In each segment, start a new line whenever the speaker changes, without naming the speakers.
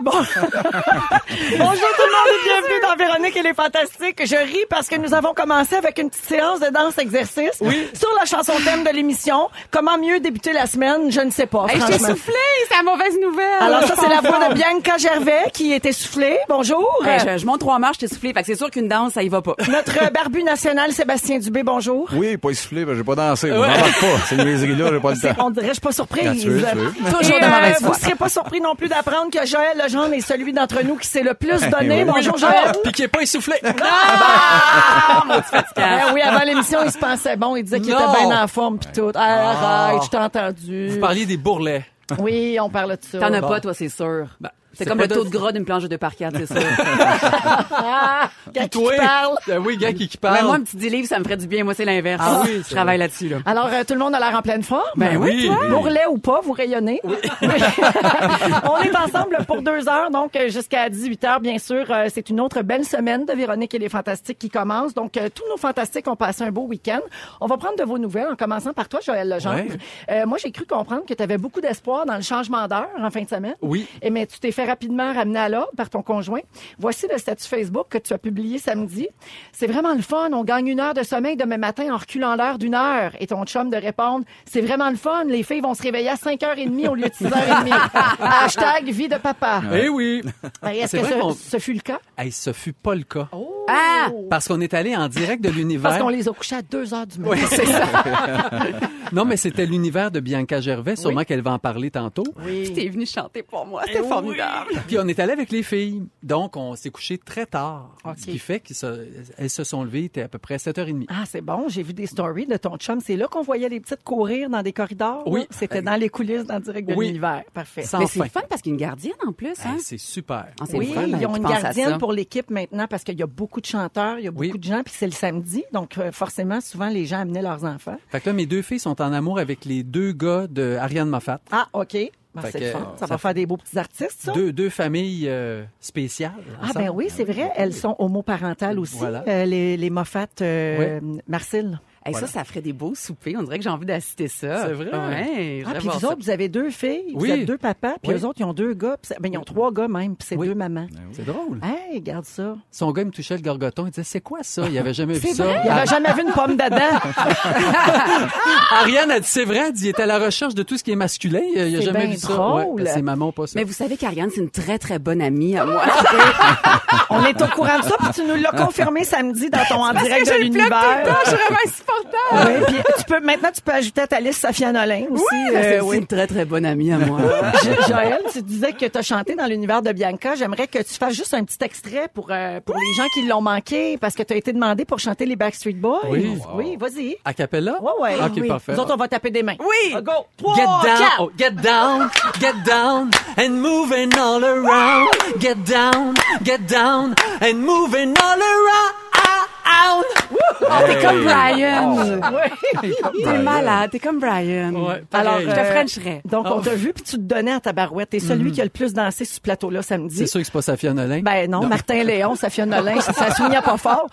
Bon. Bonjour tout le monde et bienvenue dans Véronique et les Fantastiques. Je ris parce que nous avons commencé avec une petite séance de danse-exercice sur la chanson thème de l'émission. Comment mieux débuter la semaine, je ne sais pas,
Hey, je t'ai
franchement.
soufflé, c'est la mauvaise nouvelle.
Alors ça, c'est la voix de Bianca Gervais qui est essoufflée. Bonjour.
Hey, Ben, je, je monte trois marches, t'es soufflé. Fait que c'est sûr qu'une danse, ça y va pas.
Notre barbu national, Sébastien Dubé, bonjour.
Oui, pas essoufflé, ben, j'ai pas dansé. On m'embarque pas. Ces niaiseries-là, j'ai pas le temps.
On dirait, je suis pas surprise.
Ah, tu veux, tu veux.
Toujours
Et, euh,
de mauvaise
Vous
foi.
serez pas surpris non plus d'apprendre que Joël Lejeune est celui d'entre nous qui s'est le plus donné.
oui.
Bonjour Joël.
Ah,
Puis qui est pas essoufflé.
Ah.
Ben oui, avant l'émission, il se pensait bon, il disait qu'il était
Non.
bien en forme puis tout. Ah, Arrête, je t'ai entendu.
Vous parliez des bourrelets.
Oui, on parle de ça.
T'en as pas, toi, c'est sûr.
Ben,
c'est
c'est
comme
pas
le taux de
de-
gras d'une planche de parquet, c'est sûr. Ben,
Ah, Quand
Toi,
tu parles.
Ben oui, gars qui, qui
Mais
parle.
moi, un petit délivre, ça me ferait du bien. Moi, c'est Ah l'inverse.
Ah oui,
je
c'est
travaille là-dessus, là.
Alors, euh, tout le monde a l'air en pleine forme.
Ben oui,
toi.
Bourrelet ou pas, vous rayonnez. on est ensemble pour deux heures, donc euh, jusqu'à 18 heures, bien sûr. Euh, C'est une autre belle semaine de Véronique et les Fantastiques qui commence. Donc, euh, tous nos Fantastiques ont passé un beau week-end. On va prendre de vos nouvelles en commençant par toi, Joël Legendre.
Ouais.
Euh, moi, j'ai cru comprendre que tu avais beaucoup d'espoir dans le changement d'heure en fin de semaine.
Oui.
Et mais Eh tu t'es fait rapidement ramener à l'ordre par ton conjoint. Voici le statut Facebook que tu as publié samedi. C'est vraiment le fun. On gagne une heure de sommeil demain matin en reculant l'heure d'une heure. Et ton chum de répondre, c'est vraiment le fun. Les filles vont se réveiller à 5h30 au lieu de 6h30. Hashtag vie de papa.
Eh oui.
Et Ben, Est-ce
C'est
que
vrai qu'on-
ce, ce fut le cas?
Hey, ce fut pas le cas.
Ah!
Parce qu'on est allé en direct de
Parce qu'on
l'univers.
les a couchés à 2h du matin. c'est ça.
Non, mais c'était l'univers de Bianca Gervais. Sûrement qu'elle va en parler tantôt.
Puis t'es venu chanter pour moi. C'était
Oui.
formidable.
Puis on est allé avec les filles. Donc, on s'est couché très tard. Ce qui fait qu'elles se, elles se sont levées, il était à peu près 7h30.
Ah, c'est bon. J'ai vu des stories de ton chum. C'est là qu'on voyait les petites courir dans des corridors.
Oui.
là? C'était dans les coulisses, dans le direct de
Oui.
l'univers. Parfait.
Sans
Mais c'est
fin.
le fun parce qu'il y a une gardienne, en plus, hein.
Hey, c'est super.
Ah, c'est
Oui,
le fun, hein,
ils ont
qui
une
pense à ça.
gardienne pour l'équipe maintenant parce qu'il y a beaucoup de chanteurs, il y a beaucoup
Oui.
de gens, puis c'est le samedi. Donc, euh, forcément, souvent, les gens amenaient leurs enfants.
Fait que là, mes deux filles sont en amour avec les deux gars de Ariane Moffat.
Ah, OK. Ben,
Fait
c'est
que,
le fun.
euh,
Ça,
ça
va
fait-
faire des beaux petits artistes, ça.
Deux, deux familles euh, spéciales.
Ah
ensemble.
ben oui, c'est vrai, elles sont homoparentales aussi,
Voilà.
euh, les, les Moffat euh, Marcille.
Hey, Ça, ça ferait des beaux soupers. On dirait que j'ai envie d'assister ça.
C'est vrai.
Ouais,
Ah,
j'aimerais
puis
voir
vous
ça.
autres, vous avez deux filles, vous
Oui.
êtes deux papas, puis
Oui.
eux autres, ils ont deux gars, puis c'est- ben, ils ont trois gars même, puis c'est
Oui. Ben
deux mamans.
C'est drôle.
Hey, regarde ça.
Son gars il me touchait le gorgoton. Il disait, c'est quoi ça? Il avait jamais vu ça. ah.
Il n'avait jamais vu une pomme d'Adam.
Ariane a dit, c'est vrai. Elle dit, il est à la recherche de tout ce qui est masculin. Il a- il a
C'est
jamais
bien
vu ça.
drôle.
ben, c'est maman, pas ça.
Mais vous savez qu'Ariane, c'est une très, très bonne amie à moi.
On est au courant de ça, puis tu nous l'as confirmé samedi dans ton en direct de
J'ai le plug tout le
l'univers.
temps, je suis vraiment insupportable.
Ah Oui, puis tu peux, maintenant, tu peux ajouter à ta liste Safia Nolin aussi.
Ah,
euh,
c'est
oui.
une très, très bonne amie à moi.
Jo- Joël, tu disais que tu as chanté dans l'univers de Bianca. J'aimerais que tu fasses juste un petit extrait pour, euh, pour les gens qui l'ont manqué parce que tu as été demandé pour chanter les Backstreet Boys.
Oui.
Oui, vas-y.
A cappella? Ah,
Ouais, ouais.
OK,
oui.
parfait.
Nous autres, on va taper des mains.
Oui.
Uh, Go. Trois,
Get down,
quatre.
oh, get down, get down, and moving all around. Get down, get down, and moving all
Ah,
around.
Eh
T'es comme
Oh,
Brian.
Ah,
T'es malade, t'es comme Brian.
Ouais,
Alors,
pareil.
je te
Euh,
frencherais.
Donc, on
Oh.
t'a vu puis tu te donnais à ta barouette. T'es celui qui a le plus dansé sur ce plateau-là samedi.
Mm. C'est sûr que c'est pas Safia Nolin.
Ben non, Martin Léon, Safia Nolin, ça soignait pas fort.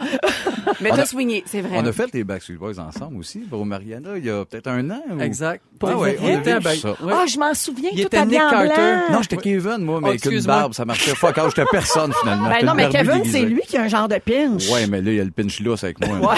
Mais
On
t'as
a-
swingé, c'est vrai.
On a fait les Backstreet Boys ensemble aussi, pour Mariana, il y a peut-être un an. ou-
exact.
Ah ouais, on
Il
avait
était
vu
ben-
ça.
ouais.
Ah, je m'en souviens,
Il
tout
était
habillé
Nick
en
Carter.
blanc.
Non, j'étais Kevin, moi, mais
Oh,
avec une
excuse-moi.
barbe, ça marchait pas. Quand j'étais personne, finalement.
Ben
J'étais
non,
une
mais
barbue
Kevin,
déguisée.
c'est lui qui a un genre de pinch.
Ouais, mais là, il y a le pinch lousse avec moi. Ouais.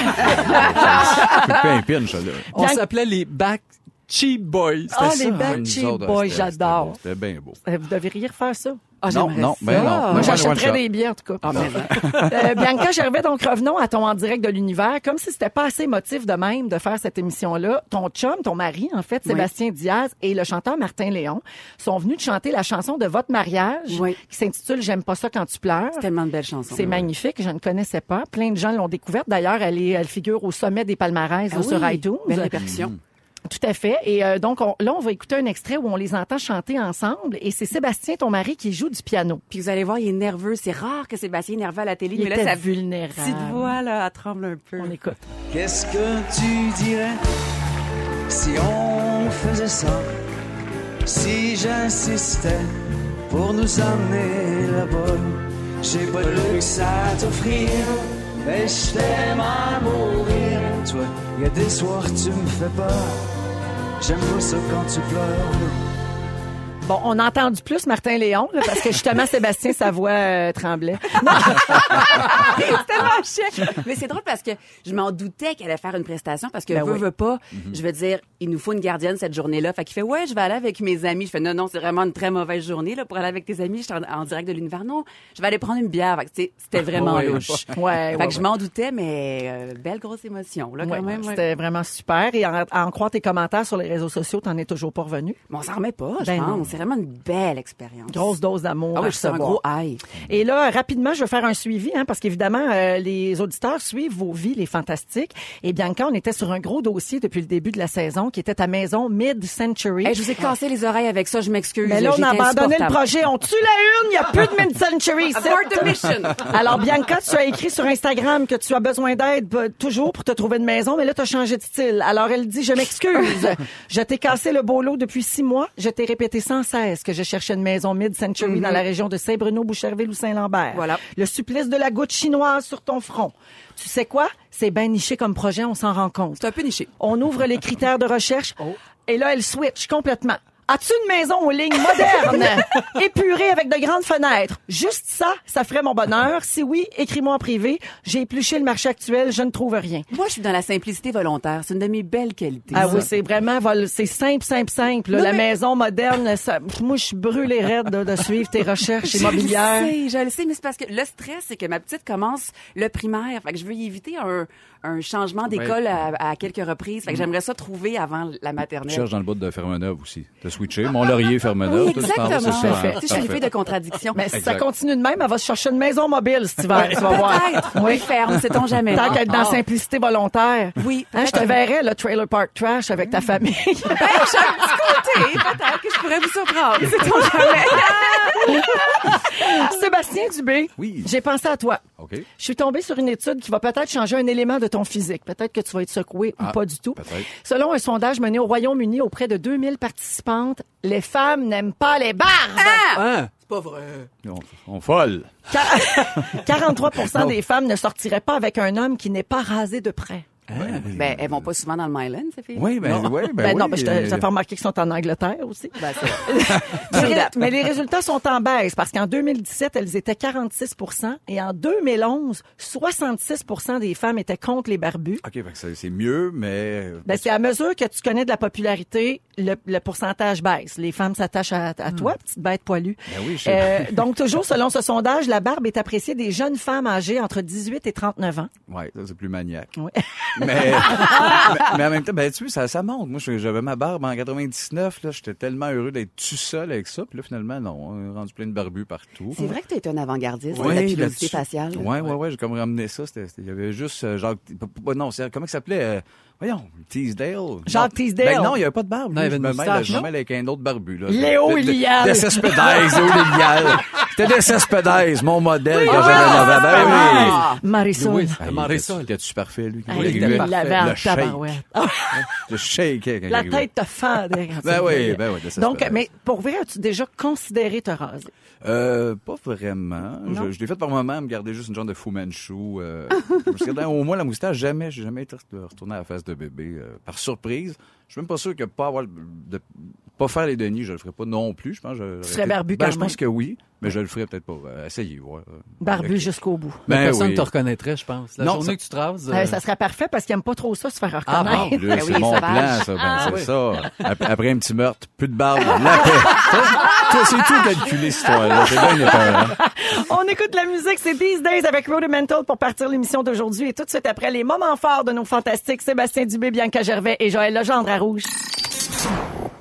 C'est plus un pinch, là.
On
Bien-
s'appelait les Back Cheap Boys.
Ah,
C'était
les
ça, hein,
Back
nous
Cheap
autres,
Boys,
c'était- c'était
j'adore.
beau, C'était bien beau.
Euh, Vous devriez refaire ça.
Ah,
Non,
j'aimerais
non,
ça.
ben non.
Moi,
Ouais, ben,
j'achèterais
one shot.
des billets, en tout cas.
Ah, mais non.
Euh, Bianca Gervais, donc revenons à ton en direct de l'univers. Comme si c'était pas assez motif de même de faire cette émission-là, ton chum, ton mari, en fait, Sébastien Diaz et le chanteur Martin Léon sont venus de chanter la chanson de votre mariage
Oui.
qui s'intitule J'aime pas ça quand tu pleures.
Oh, Tellement de belles chansons.
C'est magnifique, je ne connaissais pas. Plein de gens l'ont découverte. D'ailleurs, elle, est- elle figure au sommet des palmarès
Ah
là,
oui,
sur iTunes.
Belle
Mm.
répercussion.
Tout à fait. Et euh, donc, on- là, on va écouter un extrait où on les entend chanter ensemble. Et c'est Sébastien, ton mari, qui joue du piano.
Puis vous allez voir, il est nerveux. C'est rare que Sébastien est nerveux à la télé,
Il
mais là,
était
sa
vulnérable.
petite voix, là, elle tremble un peu.
On écoute.
Qu'est-ce que tu dirais si on faisait ça? Si j'insistais pour nous emmener là-bas, J'ai pas de luxe à t'offrir, mais je t'aime à mourir. Toi, y a des soirs tu me fais peur. J'aime pas ça quand tu pleures.
Bon, on a entendu plus Martin Léon, là, parce que justement, Sébastien, sa voix euh, tremblait.
Ah, c'est tellement chiant. Mais c'est drôle parce que je m'en doutais qu'elle allait faire une prestation parce que
Ben
veut,
oui.
veut pas.
Mhm.
Je veux dire, il nous faut une gardienne cette journée-là. Fait qu'il fait, ouais, je vais aller avec mes amis. Je fais, non, non, c'est vraiment une très mauvaise journée, là, pour aller avec tes amis. Je suis en, en direct de l'univers. Non, je vais aller prendre une bière. Fait que, tu sais, c'était vraiment
Ouais.
louche.
Ouais,
fait
ouais,
que je m'en doutais, mais euh, belle grosse émotion, là, quand
Ouais,
même. ouais.
C'était vraiment super. Et en- à en croire tes commentaires sur les réseaux sociaux, t'en es toujours pas revenu.
Mais on s'en remet pas, je
Ben
pense.
non.
C'est vraiment une belle expérience.
Grosse dose d'amour.
Ah
à
oui, c'est un
recevoir.
gros aïe.
Et là, rapidement, je vais faire un suivi, hein, parce qu'évidemment, euh, les auditeurs suivent vos vies, les fantastiques. Et Bianca, on était sur un gros dossier depuis le début de la saison, qui était ta maison mid-century.
je vous ai cassé les oreilles avec ça, je m'excuse.
Mais là, on a abandonné le projet. On tue la une. Il n'y a plus de mid-century. ici.
Abort the mission.
Alors, Bianca, tu as écrit sur Instagram que tu as besoin d'aide bah, toujours pour te trouver une maison, mais là, tu as changé de style. Alors, elle dit, je m'excuse. Je t'ai cassé le beau lot depuis six mois. Je t'ai répété sans cesse que je cherchais une maison mid-century dans la région de Saint-Bruno, Boucherville ou Saint-Lambert.
Voilà.
Le supplice de la goutte chinoise sur ton front. Tu sais quoi? C'est bien niché comme projet, on s'en rend compte.
C'est un peu niché. Oh.
On ouvre les critères de recherche. Et là, elle switch complètement. As-tu une maison aux lignes modernes, épurée avec de grandes fenêtres? Juste ça, ça ferait mon bonheur. Si oui, écris-moi en privé. J'ai épluché le marché actuel, je ne trouve rien.
Moi, je suis dans la simplicité volontaire. C'est une de mes belles qualités.
Ah
ça.
oui, c'est vraiment, vol- c'est simple, simple, simple. là.
Non,
la
mais-
maison moderne, ça- moi, je suis brûlée raide de, de suivre tes recherches immobilières.
Je le sais, je le sais, mais c'est parce que le stress, c'est que ma petite commence le primaire. Fait que je veux y éviter un, un changement d'école à, à quelques reprises. Fait que j'aimerais ça trouver avant la
Je
maternelle.
cherche dans le bout de Fermeneuve aussi. T'as switché. Mon laurier Fermeneuve.
Oui,
tout ce temps-là,
exactement.
c'est ça,
Tu
hein?
sais, je suis une
Parfait.
fille de contradiction.
Mais si ça
Exact.
continue de même, elle va se chercher une maison mobile cet hiver, tu vas voir.
Peut-être. Oui, ferme, sait-on jamais.
Tant qu'être dans
Ah.
simplicité volontaire.
Oui,
Hein, je te
peut-être.
verrais, le trailer park trash avec ta famille.
Ben, j'ai un petit côté, peut-être que je pourrais vous surprendre. Sait-on jamais.
Sébastien Dubé,
Oui.
j'ai pensé à toi.
OK.
Je suis tombée sur une étude qui va peut-être changer un élément de ton physique. Peut-être que tu vas être secoué ou
Ah,
pas du tout.
peut-être.
Selon un sondage mené au Royaume-Uni auprès de 2000 participantes, les femmes n'aiment pas les barbes.
Ah!
Hein?
On, on folle.
Quar- 43
Non.
des femmes ne sortiraient pas avec un homme qui n'est pas rasé de près.
Ben, elles vont pas souvent dans le Myland, ces filles.
Ah, Oui, ben, ouais, ben,
Ben, non,
oui,
mais je
euh,
te- ça fait remarquer qu'ils sont en Angleterre aussi.
Ben, c'est vrai.
Mais les- mais les résultats sont en baisse parce qu'en 2017, elles étaient 46 et en 2011, 66 des femmes étaient contre les barbus.
OK, fait que c'est- c'est mieux, mais
Ben, c'est à mesure que tu connais de la popularité, le, le pourcentage baisse. Les femmes s'attachent à, à toi, petite bête poilue.
Hmm. Ben oui, je-
Euh, donc, toujours selon ce sondage, la barbe est appréciée des jeunes femmes âgées entre 18 et 39 ans.
ouais, ça, c'est plus maniaque.
Oui.
Mais, mais, mais en même temps, ben, tu sais, ça, ça monte. Moi, je- j'avais ma barbe en 99, là, j'étais tellement heureux d'être tout seul avec ça. Puis là, finalement, non, on est rendu plein de barbus partout.
C'est vrai que tu es un avant-gardiste,
Ouais,
la pilosité
là-dessus.
faciale.
Ouais, ouais, ouais, j'ai comme ramené ça. C'était, c'était- il y avait juste euh, Jacques. p- p- Non, c'est, comment il s'appelait? euh, voyons, Teasdale.
Jacques
Non.
Teasdale.
Ben non, il n'y avait pas de barbe.
Non, il
lui.
y avait
je
une
me mêle,
moustache,
je me
non?
mêle avec un autre barbu. Là.
Léo
De- de-
Ilial.
Desespédaises, Léo Ilial. C'était Desespédaises, mon modèle quand j'avais
Ah,
neuf ans. Ben oui.
Ah!
Marisol.
Oui,
Ah, il
Marisol.
était- il était-tu parfait, lui?
Hey,
Oui,
il
lui,
l'avait en
le shake.
tabarouette. Ah,
Le shake, quand il
La
arrivait.
tête te fendait. quand tu
Ben oui,
voyais.
ben oui, de ça,
Donc,
c'est
mais pour vrai, as-tu déjà considéré te raser?
Euh, pas vraiment.
Non.
Je, je l'ai fait par moment, me garder juste une genre de Fu Manchu. Euh, parce que dans- au moins, la moustache, jamais, j'ai jamais été re- retourné à la face de bébé euh, par surprise. Je suis même pas sûr que pas avoir, le- de pas faire les Denis, je le ferais pas non plus. Je pense. que j'aurais
serais
été-
barbu
ben,
quand
Je
même.
pense que oui, mais je le ferais peut-être pas. Euh, essayez, ouais. Euh,
Barbu
ok.
jusqu'au bout.
Ben
Personne
oui.
te reconnaîtrait, je pense. La
Non,
journée
ça-
que tu te rases,
Euh,
euh,
ça serait parfait parce qu'il aime pas trop ça, se faire
Ah,
reconnaître.
bon, là,
Ben
c'est
oui,
mon
ça
plan,
vache.
ça. Ben,
Ah
c'est ça. Ap- Après un petit meurtre, plus de barbe, la paix. Toi, c'est tout calculé, cette histoire-là. C'est bien épeurant.
On écoute de la musique, c'est These Days avec Rudimental pour partir l'émission d'aujourd'hui et tout de suite après les moments forts de nos fantastiques Sébastien Dubé, Bianca Gervais et Joël Legendre à Rouge.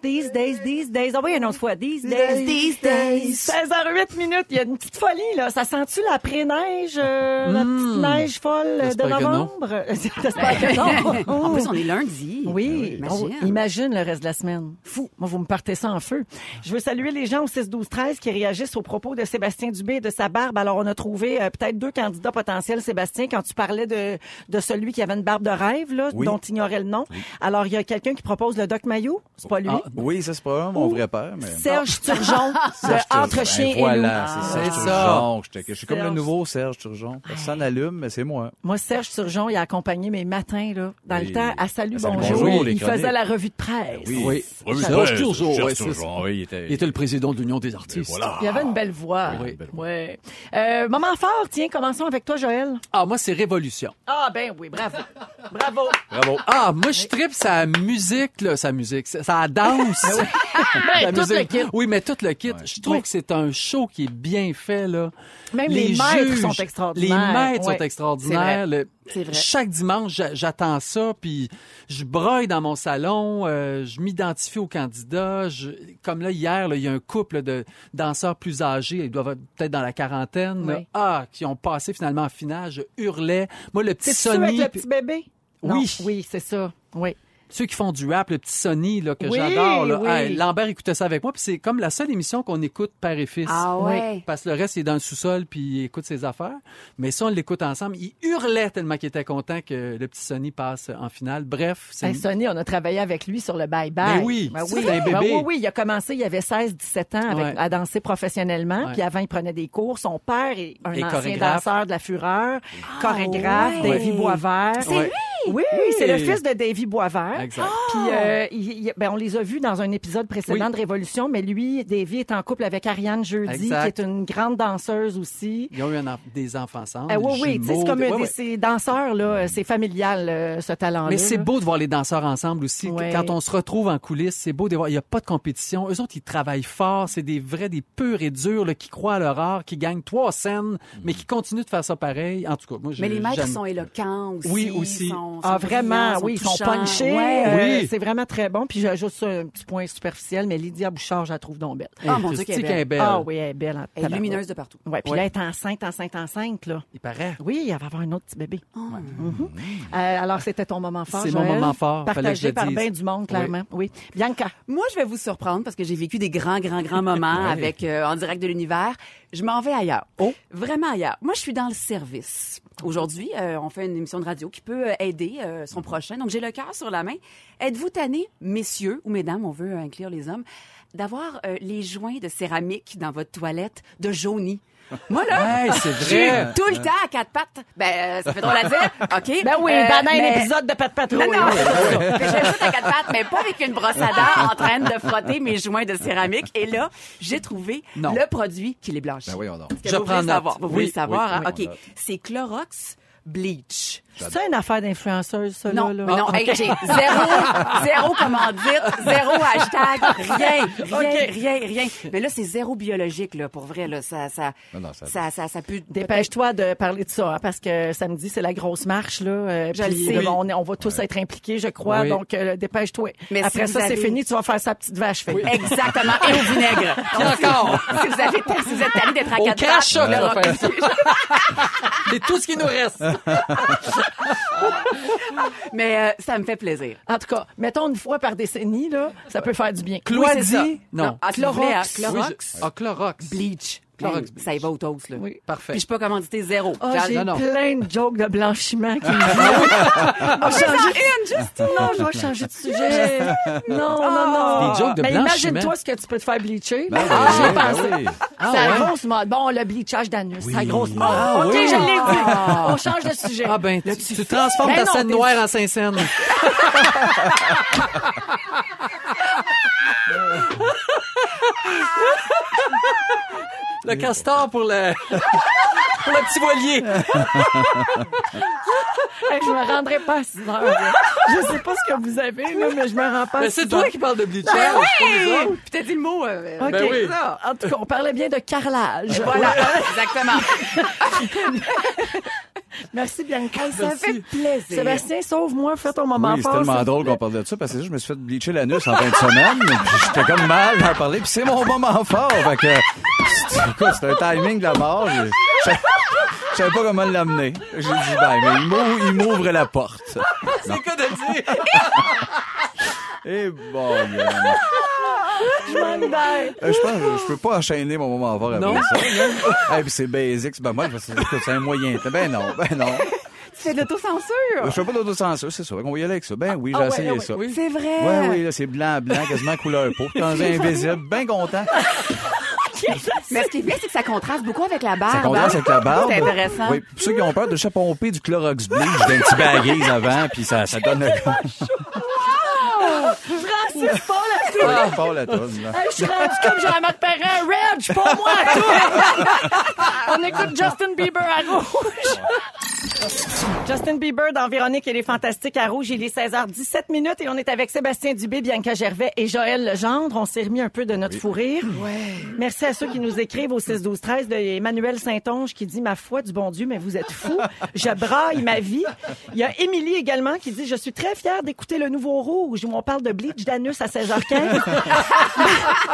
These days, these days. Ah oui, une autre fois. These days, these days. 16h08 minutes. Il y a une petite folie, là. Ça sent-tu la pré-neige, euh, la petite neige folle euh, de
J'espère que non.
novembre? J'espère que non.
En plus, on est lundi.
Oh.
Ben
Ah, Oui,
Imagine.
Oh, imagine le reste de la semaine. Fou. Moi, vous me partez ça en feu. Je veux saluer les gens au 6-12-13 qui réagissent aux propos de Sébastien Dubé et de sa barbe. Alors, on a trouvé euh, peut-être deux candidats potentiels, Sébastien, quand tu parlais de, de celui qui avait une barbe de rêve, là,
Oui.
dont tu ignorais le nom. Alors, il y a quelqu'un qui propose le Doc Mayo. C'est pas lui.
ah,
Oui, ça, c'est probablement mon vrai père, mais...
Serge Turgeon de Entre Chien
Ben voilà,
et Ah, Loup.
c'est Serge
c'est ça.
Turgeon. Je, te- je suis comme le
Serge.
nouveau Serge Turgeon. Personne n'allume, mais c'est moi.
Moi, Serge Turgeon, il a accompagné mes matins, là, dans
Oui.
le temps, à Salut,
À Salut,
Bonjour.
Bonjour, les
il
chroniques.
faisait la revue de presse.
Oui.
Revue de
Serge
presse,
Turgeon,
Serge
ouais, c'est
Turgeon,
ça.
oui, il était...
Il était le président de l'Union des artistes.
Voilà.
Il avait une belle voix.
Ah,
Oui, une belle voix.
Ouais. Euh, moment fort, tiens, commençons avec toi, Joël.
Ah, moi, c'est Révolution.
Ah, ben oui, bravo. bravo.
Bravo.
Ah, moi, je tripe sa musique, là, sa musique, sa- sa danse.
Ah Ben,
La
tout le
musique.
kit.
Oui, mais tout le kit. Je trouve que c'est un show qui est bien fait, là.
Même les maîtres
juges,
sont extraordinaires.
Les maîtres
Ouais,
sont extraordinaires.
c'est vrai.
Le-
C'est vrai.
Chaque dimanche, j'a- j'attends ça, puis je broille dans mon salon, euh, je m'identifie aux candidats. Je- comme là, hier, là, il y a un couple de danseurs plus âgés, ils doivent être peut-être dans la quarantaine,
Oui.
là. ah, qui ont passé finalement en finale, je hurlais. Moi, le petit
C'est ça avec
Sony,
le
puis-
petit bébé?
Oui.
Non, Oui, c'est ça. Oui.
ceux qui font du rap, le petit Sony, là, que
Oui,
j'adore. là.
oui.
Hey, Lambert écoutait ça avec moi, puis c'est comme la seule émission qu'on écoute père et fils.
Ah ouais.
Parce que le reste, il est dans le sous-sol, puis il écoute ses affaires. Mais ça, on l'écoute ensemble. Il hurlait tellement qu'il était content que le petit Sonny passe en finale. Bref, c'est...
Hey, Sonny, on a travaillé avec lui sur le bye-bye.
Ben oui,
Ben
c'est
oui.
un
Ben
bébé.
oui, oui, il a commencé, il avait 16-17 ans avec-
Ouais.
à danser professionnellement,
Ouais.
puis avant, il prenait des cours. Son père est un
Et
ancien
chorégraphe. Ah,
danseur de la Fureur, chorégraphe,
ouais.
Davy Boisvert.
Ouais.
Oui, c'est le fils de Davy Boisvert.
Exact.
Puis euh, il- il- ben, on les a vus dans un épisode précédent
Oh! Oui.
de Révolution, mais lui, Davy est en couple avec Ariane Jeudi,
Exact.
qui est une grande danseuse aussi.
Ils ont eu un en- des enfants ensemble.
Ah oui, oui, tu sais, c'est
jumeaux,
comme
Oh, des-
un
ouais,
des
ouais.
ces danseurs, là, euh, c'est familial, euh, ce talent-là.
Mais c'est
là.
beau de voir les danseurs ensemble aussi.
Ouais.
Quand on se retrouve en coulisses, c'est beau de voir. Il n'y a pas de compétition. Eux autres, ils travaillent fort. C'est des vrais, des purs et durs là, qui croient à leur art, qui gagnent trois scènes, mais qui continuent de faire ça pareil. En tout cas, moi, je-
Mais les maîtres
j'aime.
sont éloquents aussi.
Oui, aussi.
sont-
Ah,
sont brillants,
vraiment, oui, ils sont
touchants.
punchés.
Ouais.
euh,
Oui.
C'est vraiment très bon. Puis j'ai juste un petit point superficiel, mais Lydia Bouchard, je la trouve donc belle.
Hey,
Ah, mon Dieu,
Christy,
qu'elle est
qu'elle est belle.
Ah oui, elle est belle. en
Elle est
tabarouette.
lumineuse de partout.
Ouais, puis
Ouais.
là, elle est enceinte, enceinte, enceinte, là.
Il paraît.
Oui, elle va avoir un autre petit bébé.
Ah. Mm.
Mhm. Euh, alors, c'était ton moment fort.
C'est mon
Joël.
moment fort, fallait que
Partagé
je le
par
dise.
bien du monde, clairement. Oui. Bianca.
Moi, je vais vous surprendre parce que j'ai vécu des grands, grands, grands moments avec euh, en direct de l'univers. Je m'en vais ailleurs.
Oh.
Vraiment ailleurs. Moi, je suis dans le service. Aujourd'hui, euh, on fait une émission de radio qui peut euh, aider euh, son prochain. Donc, j'ai le cœur sur la main. Êtes-vous tanné, messieurs ou mesdames, on veut euh, inclure les hommes, d'avoir euh, les joints de céramique dans votre toilette de jauni? Moi, là,
Hey, c'est
je suis
vrai.
tout le temps à quatre pattes. Ben, euh, ça fait drôle à dire. OK.
Ben oui,
Euh,
pendant un
mais-
épisode de Pat Patrouille.
non, non, Mais je fais ça à quatre pattes, mais pas avec une brosse à dents en train de frotter mes joints de céramique. Et là, j'ai trouvé
Non.
le produit qui les blanchit.
Ben voyons donc.
Est-ce que
Je
vous
prends
voulez
note.
savoir? Vous
Oui,
voulez savoir,
oui,
hein?
oui, on
OK.
note.
C'est Clorox Bleach.
C'est ça une affaire d'influenceuse, ça,
Non,
là? Ah,
mais non, hey, j'ai zéro, zéro commandite, zéro hashtag, rien, rien,
OK.
rien, rien. Mais là, c'est zéro biologique, là, pour vrai, là, ça, ça,
Non, non, ça-
ça, ça, ça pue.
Dépêche-toi de parler de ça, hein, parce que samedi, c'est la grosse marche, là. euh,
Je
puis,
le sais.
là, on, est- on va tous être impliqués, je crois.
Oui.
Donc, euh, dépêche-toi.
Mais
Après
si
ça,
vous
c'est
avez-
fini. Tu vas faire sa petite vache, fille.
Exactement, et au vinaigre. Donc, si-
encore.
Si vous avez, si vous êtes allé d'être à
Au
quatre
cash,
pattes,
là,
Clorox
ça fait. C'est tout ce qui nous reste.
Mais euh, ça me fait plaisir.
En tout cas, mettons une fois par décennie, là, ça peut faire du bien.
Claudie.
Oui, c'est ça.
Non.
Ah, tu
Clorox.
voulais, hein?
Oui,
Clorox.
je- Ah, Clorox.
Bleach.
Clorox
Hey,
bleach.
Ça y va au toast, là.
Oui, parfait.
Puis je peux commanditer zéro.
Ah,
Genre-
j'ai
non, Ah, non.
plein de jokes de blanchiment qui me On va changer. Non, je vais changer de sujet. Non, non, non.
Ah. Des jokes de
Mais
blanchiment.
imagine-toi ce que tu peux te faire bleacher.
Ben oui,
J'y ai
ben
pensé.
oui.
c'est la
Ah, ouais?
grosse mode. Bon, le bleachage d'anus, c'est la grosse mode.
Ah,
OK,
oui.
je l'ai dit. On change de sujet.
Ah ben, tu, tu transformes
Ben
ta
non,
scène
t'es-
noire en Saint-Saëns. le castor pour le... pour le petit voilier.
Hey, je me rendrai pas à 6 heures. Je sais pas ce que vous avez, là, mais je me rends pas à
Mais
six
Ah, Ben, c'est
heures.
toi qui Ben parles de bleaching.
Hey! Puis t'as dit le mot. euh,
OK.
Ben oui.
Ça, En tout cas, on parlait bien de carrelage.
Voilà, exactement.
Merci, Bianca. Ça
Merci.
fait plaisir. Sébastien, sauve-moi. Fais ton moment
Oui, c'est
fort.
tellement
c'est-
drôle qu'on parle de ça, parce que je me suis fait bleacher l'anus en fin de semaine. puis J'étais comme mal d'en parler, puis c'est mon moment fort. Fait que, c'est- écoute, c'est un timing de la mort. Je je- je savais pas comment l'amener. J'ai dit, ben, mais il m'ouvre- il m'ouvre la porte.
C'est quoi de dire?
Et Eh, bon, euh,
Je m'en vais.
je pense, je peux pas enchaîner mon moment fort après
Non.
Eh, ça. Et puis c'est basic, c'est pas mal, parce que c'est un moyen. temps. Ben non, ben non.
Tu fais de l'autocensure.
Je fais pas d'autocensure, c'est ça. On va y aller avec ça. Ben oui, j'ai
Ah ouais,
essayé
ah ouais.
ça.
Oui.
C'est vrai.
Ouais, oui, là, c'est blanc, blanc, quasiment couleur peau. Dans un invisible, bien content.
Ah, Mais ce qui est bien, c'est que ça contraste beaucoup avec la barbe.
Ça contraste
hein.
avec la barbe.
C'est intéressant.
Oui, pour ceux qui ont peur de se pomper du Clorox Bleach d'un petit baguise avant, puis ça, ça donne le
Francis Paul, à tout.
Ah, pas la toune, là.
Hey, je suis rendu comme Jean-Marc Perrin, Red, je suis pas moi à tout. On écoute Justin Bieber à rouge. Justin Bieber dans Véronique et les Fantastiques à Rouge. Il est 16h17 minutes et on est avec Sébastien Dubé, Bianca Gervais et Joël Legendre. On s'est remis un peu de notre fou rire. Merci à ceux qui nous écrivent au 6 12 13 de Emmanuel Saint-Onge qui dit ma foi du bon Dieu mais vous êtes fous. Je braille ma vie. Il y a Émilie également qui dit je suis très fière d'écouter le nouveau rouge où on parle de bleach d'anus à 16h15.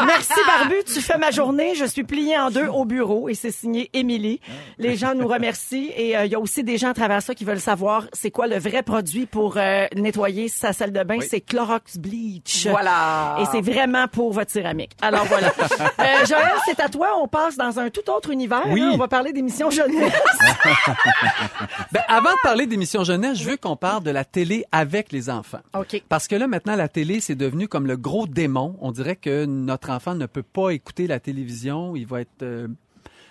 Merci Barbu, tu fais ma journée. Je suis pliée en deux au bureau et c'est signé Émilie. Les gens nous remercient et euh, il y a aussi des gens à travers ça qui veulent savoir c'est quoi le vrai produit pour euh, nettoyer sa salle de bain. C'est Clorox Bleach.
Voilà.
Et c'est vraiment pour votre céramique. Alors voilà. Euh, Joël, c'est à toi. On passe dans un tout autre univers.
Oui.
là. on va parler d'émissions jeunesse.
Ben, avant de parler d'émission jeunesse, je veux qu'on parle de la télé avec les enfants.
OK.
Parce que là, maintenant, la télé, c'est devenu comme le gros démon. On dirait que notre enfant ne peut pas écouter la télévision. Il va être... euh,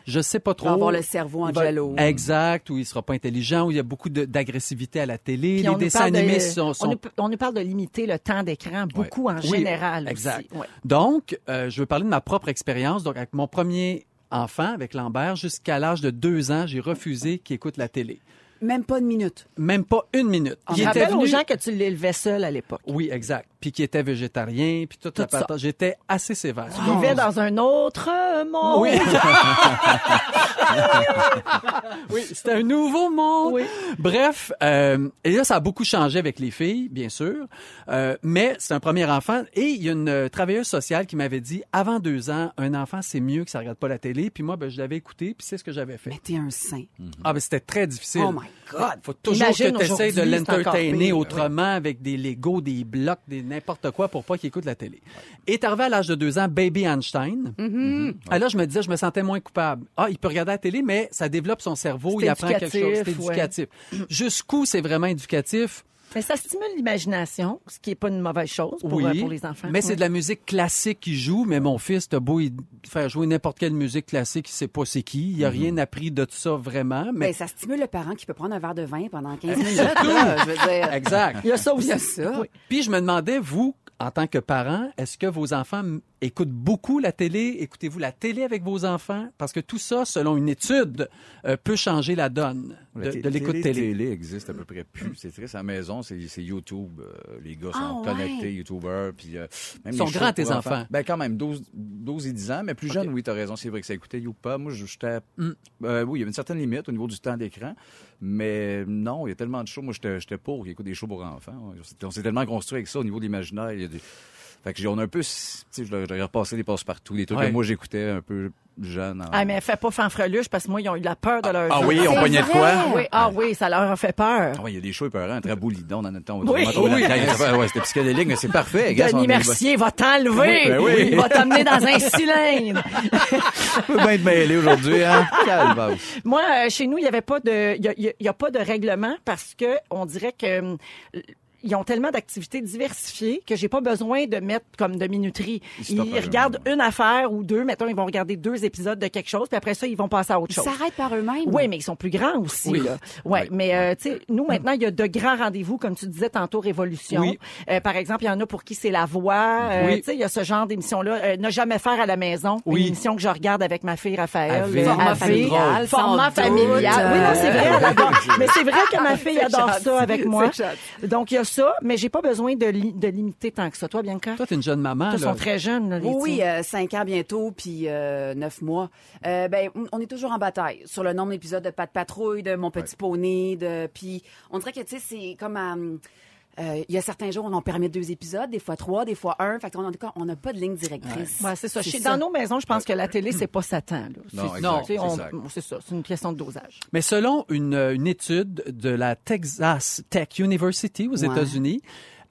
je sais pas trop.
avoir le cerveau en
Il va-
jello.
Ben, Exact, où il sera pas intelligent, où il y a beaucoup de- d'agressivité à la télé.
Puis
les
nous
dessins
parle de-
animés sont... sont-
On, nous, on nous parle de limiter le temps d'écran beaucoup en
Oui,
général. aussi.
exact.
Ouais.
Donc, euh, je veux parler de ma propre expérience. Donc, avec mon premier enfant, avec Lambert, jusqu'à l'âge de deux ans, j'ai refusé qu'il écoute la télé.
Même pas une minute.
Même pas une minute.
Je rappelle aux gens que tu l'élevais seul à l'époque.
Oui, exact. Puis qui était végétarien, puis toute la
Tout ça.
patate. J'étais assez sévère.
Tu vivais dans un autre euh, monde.
Oui. oui, c'était un nouveau monde.
Oui.
Bref, euh, et là, ça a beaucoup changé avec les filles, bien sûr. Euh, mais c'est un premier enfant. Et il y a une euh, travailleuse sociale qui m'avait dit, avant deux ans, un enfant, c'est mieux que ça regarde pas la télé. Puis moi, ben, je l'avais écouté, puis c'est ce que j'avais fait.
Mais t'es un saint.
Ah, ben, c'était très difficile.
Oh my God.
Faut toujours
Imagine
que tu essaies de
aujourd'hui, c'est encore
l'entertainer
pire.
autrement avec des Legos, des blocs, des n'importe quoi pour pas qu'il écoute la télé. Est arrivé à l'âge de deux ans, Baby Einstein.
Mm-hmm.
Alors, je me disais, je me sentais moins coupable. Ah, il peut regarder la télé, mais ça développe son cerveau,
C'est
il apprend quelque chose. C'est
éducatif, ouais.
éducatif. Jusqu'où c'est vraiment éducatif?
Mais ça stimule l'imagination, ce qui est pas une mauvaise chose pour,
oui.
euh, pour les enfants.
Mais c'est de la musique classique qu'il joue, mais mon fils, t'as beau y faire jouer n'importe quelle musique classique, il sait pas c'est qui.
Mm-hmm.
Il a rien appris de ça vraiment, mais
Ben, ça stimule le parent qui peut prendre un verre de vin pendant 15 minutes. là, je veux dire.
exact.
Il y a ça aussi.
Il y a ça.
Puis je me demandais, vous, en tant que parent, est-ce que vos enfants m- écoutent beaucoup la télé? Écoutez-vous la télé avec vos enfants? Parce que tout ça, selon une étude, euh, peut changer la donne
La
de,
té-
de l'écoute
télé.
télé.
existe à peu près plus. C'est triste. À la maison, c'est c'est YouTube. Euh, les gars sont
Ah, ouais.
connectés, YouTubers. Puis, euh, même
Ils sont
les shows
grands, tes
pour
enfants?
Ben, quand même, 12, 12 et 10 ans. Mais plus jeune, oui, t'as raison. C'est vrai que ça écoutait Youpa. Moi, je- j'étais. Euh, oui, il y avait une certaine limite au niveau du temps d'écran. Mais non, il y a tellement de shows. Moi, j'étais j'étais pour qu'ils écoutent des shows pour enfants. On s'est- On s'est tellement construit avec ça au niveau de l'imaginaire. Il y a des- Fait que j'ai- on a un peu. Tu sais, je leur- je leur passé des passes partout. Des trucs
Ouais.
que moi, j'écoutais un peu jeune. en-
Ah, mais fais pas fanfreluche parce que moi, ils ont eu la peur de leur
Ah oui, on
C'est
pognait de quoi?
vrai.
Oui, ah oui, ça leur a fait peur.
Ah ouais, il y a des shows épeurants, Traboulidon, dans notre temps.
Oui.
on trouvait
Oui.
notre gang. Ça fait- ouais, c'était psychédélique, mais c'est parfait. gars, on
Denis
est-
Mercier va t'enlever.
Oui, ben oui.
Il va t'emmener dans un cylindre.
On peut bien être mêlé aujourd'hui, hein? Calvasse.
Moi, euh, chez nous, il n'y avait pas de, il y a- il y a- il y a, pas de règlement parce que on dirait que hum, ils ont tellement d'activités diversifiées que j'ai pas besoin de mettre comme de minuterie.
Ils
Ils,
stoppent à
regardent
eux-mêmes.
une affaire ou deux, mettons, ils vont regarder deux épisodes de quelque chose, puis après ça, ils vont passer à autre
Ils
chose.
s'arrêtent par eux-mêmes.
Oui, mais ils sont plus grands aussi.
Oui.
Là. Ouais,
Oui.
mais euh, tu sais, nous maintenant, il y a de grands rendez-vous, comme tu disais tantôt, Révolution.
Oui.
Euh, par exemple, il y en a pour qui c'est la voix. Euh,
Oui.
Tu sais, il y a ce genre d'émission-là. Euh, ne jamais faire à la maison.
Oui.
Une émission que je regarde avec ma fille Raphaël.
Avec.
Euh,
Format
avec-
familial, sans
Format
doute.
familial. Oui, non, c'est vrai. elle adore. mais c'est vrai que ma fille
C'est
adore
gentil.
ça avec
C'est
moi.
gentil.
Donc il y a ça, mais j'ai pas besoin de, li- de limiter tant que ça. Toi, Bianca,
Toi, t'es une jeune maman.
ils
là.
sont très jeunes. Là, les
Oui,
tiens.
euh, cinq ans bientôt, puis euh, neuf mois. Euh, ben, on est toujours en bataille sur le nombre d'épisodes de Pat Patrouille, de Mon Petit Poney, de puis on dirait que tu sais c'est comme à, hum, euh, il y a certains jours on en permet deux épisodes, des fois trois, des fois un. Fait que on a- on n'a pas de ligne directrice.
Ouais, c'est ça. Chez- Dans nos maisons, je pense que la télé, c'est pas Satan. Là.
Non,
C'est-
exact,
tu sais, on-
exact.
C'est ça. C'est une question de dosage.
Mais selon une, euh, une étude de la Texas Tech University aux
Ouais.
États-Unis,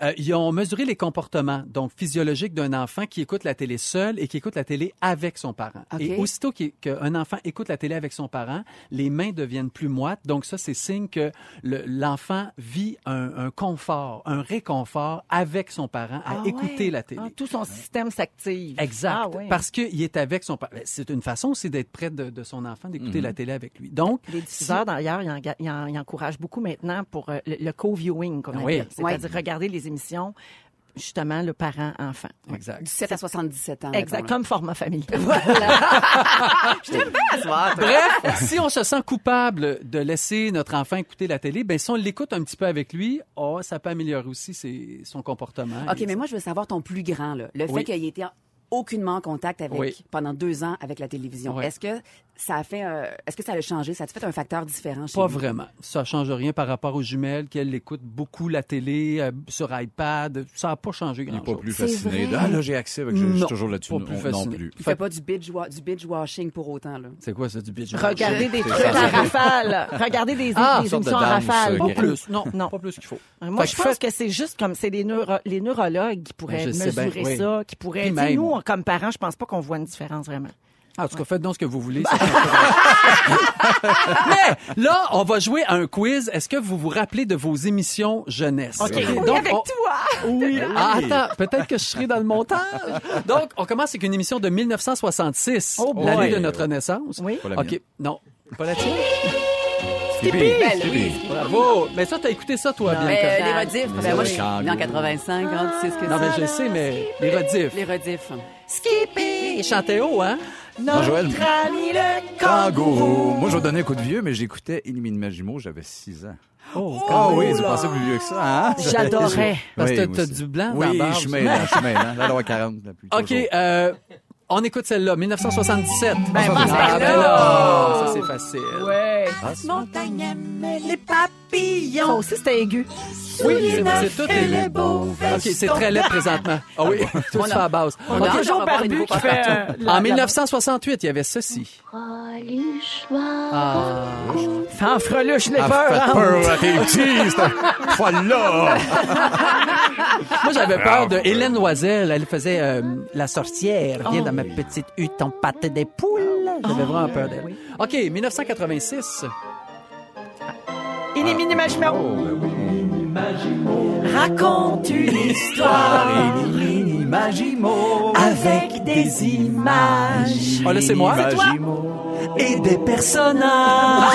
Euh, ils ont mesuré les comportements donc physiologiques d'un enfant qui écoute la télé seul et qui écoute la télé avec son parent.
OK.
Et aussitôt qu'il- qu'un enfant écoute la télé avec son parent, les mains deviennent plus moites. Donc ça, c'est signe que le- l'enfant vit un, un confort, un réconfort avec son parent à
Ah
écouter
ouais.
la télé.
Ah, tout son système s'active.
Exact.
Ah, oui.
Parce qu'il est avec son parent. C'est une façon aussi d'être près de, de son enfant,
Mm-hmm.
d'écouter la télé avec lui. Donc,
Les diffuseurs, d'ailleurs, ils, enga- ils en- ils encouragent beaucoup maintenant pour euh, le, le co-viewing, qu'on
Oui.
appelle. C'est-à-dire regarder les émissions, justement, le parent-enfant.
exact.
17 à 77 ans.
Exact,
mettons, là.
comme format famille.
Je t'aime bien à soir, toi.
Bref, si on se sent coupable de laisser notre enfant écouter la télé, ben si on l'écoute un petit peu avec lui, oh, ça peut améliorer aussi ses- son comportement.
OK,
Et
mais moi, je veux savoir ton plus grand, là. Le
Oui.
fait qu'il ait été aucunement en contact avec,
Oui.
pendant deux ans avec la télévision.
Oui.
Est-ce que ça a fait, euh, est-ce que ça a changé? Ça a fait un facteur différent chez
Pas
lui?
vraiment. Ça change rien par rapport aux jumelles qu'elles écoutent beaucoup la télé euh, sur iPad. Ça n'a pas changé
Il n'est
grand-chose.
pas plus
C'est
fasciné.
vrai.
Ah, là, j'ai accès avec. Je je
Non,
suis toujours là-dessus.
pas
Non,
plus
non
fasciné.
plus.
Il fait pas du binge, wa- du binge washing pour autant, là.
C'est quoi ça du bitch?
Regardez des trucs en rafale. Regardez des,
Ah,
des
sorte de
émissions en
danse,
rafale.
euh,
Pas
Guérin.
plus. Non,
Non.
pas plus qu'il faut.
Moi,
Fait
je
que
pense que c'est juste comme c'est les, neuro- les neurologues qui pourraient
Je sais
mesurer
bien, oui.
ça, qui pourraient.
Puis
Tu sais,
même.
Nous, on- comme parents, je pense pas qu'on voit une différence vraiment.
Ah, En tout cas, faites donc ce que vous voulez.
Bah.
c'est- Mais là, on va jouer à un quiz. Est-ce que vous vous rappelez de vos émissions jeunesse?
OK. Oui,
avec toi! Oui. Ah, attends, peut-être que je serai dans le montage. Donc, on commence avec une émission de 1966,
Oh boy.
l'année de notre naissance.
Oui.
Pas la mienne.
OK, non. Pas la tienne?
Ben,
Skippy.
oui.
Bravo! Mais ça, t'as écouté ça, toi, bien.
Mais, euh,
Comme-
les rediffs, parce que
Ben
moi,
oui.
je suis née en 85, hein, tu sais ce que
Non, Ah, mais
c'est.
je sais, mais les rediffs.
Les rediffs.
Ils chantaient haut, hein?
Ah, Joël.
ami le
Kangourou. Moi, je vais donner un coup de vieux, mais j'écoutais Inimine Magimo, j'avais 6 ans.
Oh,
Ah oui, tu pensais plus vieux que ça, hein?
J'adorais.
Parce que
Oui,
t'as-
moi
t'as
aussi.
du blanc dans
Oui,
la barbe.
je suis mêlant, je suis mêlant. La loi 40, depuis
OK,
toujours.
euh, on écoute celle-là, 1977. Ben,
ben,
ah, ben là! Ça, c'est facile.
Ça aussi, c'était aigu.
Oui, c'est- c'est tout les OK, c'est très laid présentement. Ah oui, tout se fait à base.
On a
OK.
un jour barbu qui fait...
euh,
En 1968, il y avait ceci. Ah,
Fanfreluche, les
Ah,
peurs.
faites peur à tes petits, cette fois-là!
moi,
Ah,
j'avais peur de Hélène Loisel. Elle faisait euh, La sorcière. Viens dans ma petite hutte en pâté des poules. J'avais vraiment peur d'elle. OK, 1986.
Iniminimaginable.
Oh, ben oui.
Raconte une histoire avec des images
Oh, là, c'est moi.
Magimo.
et des personnages.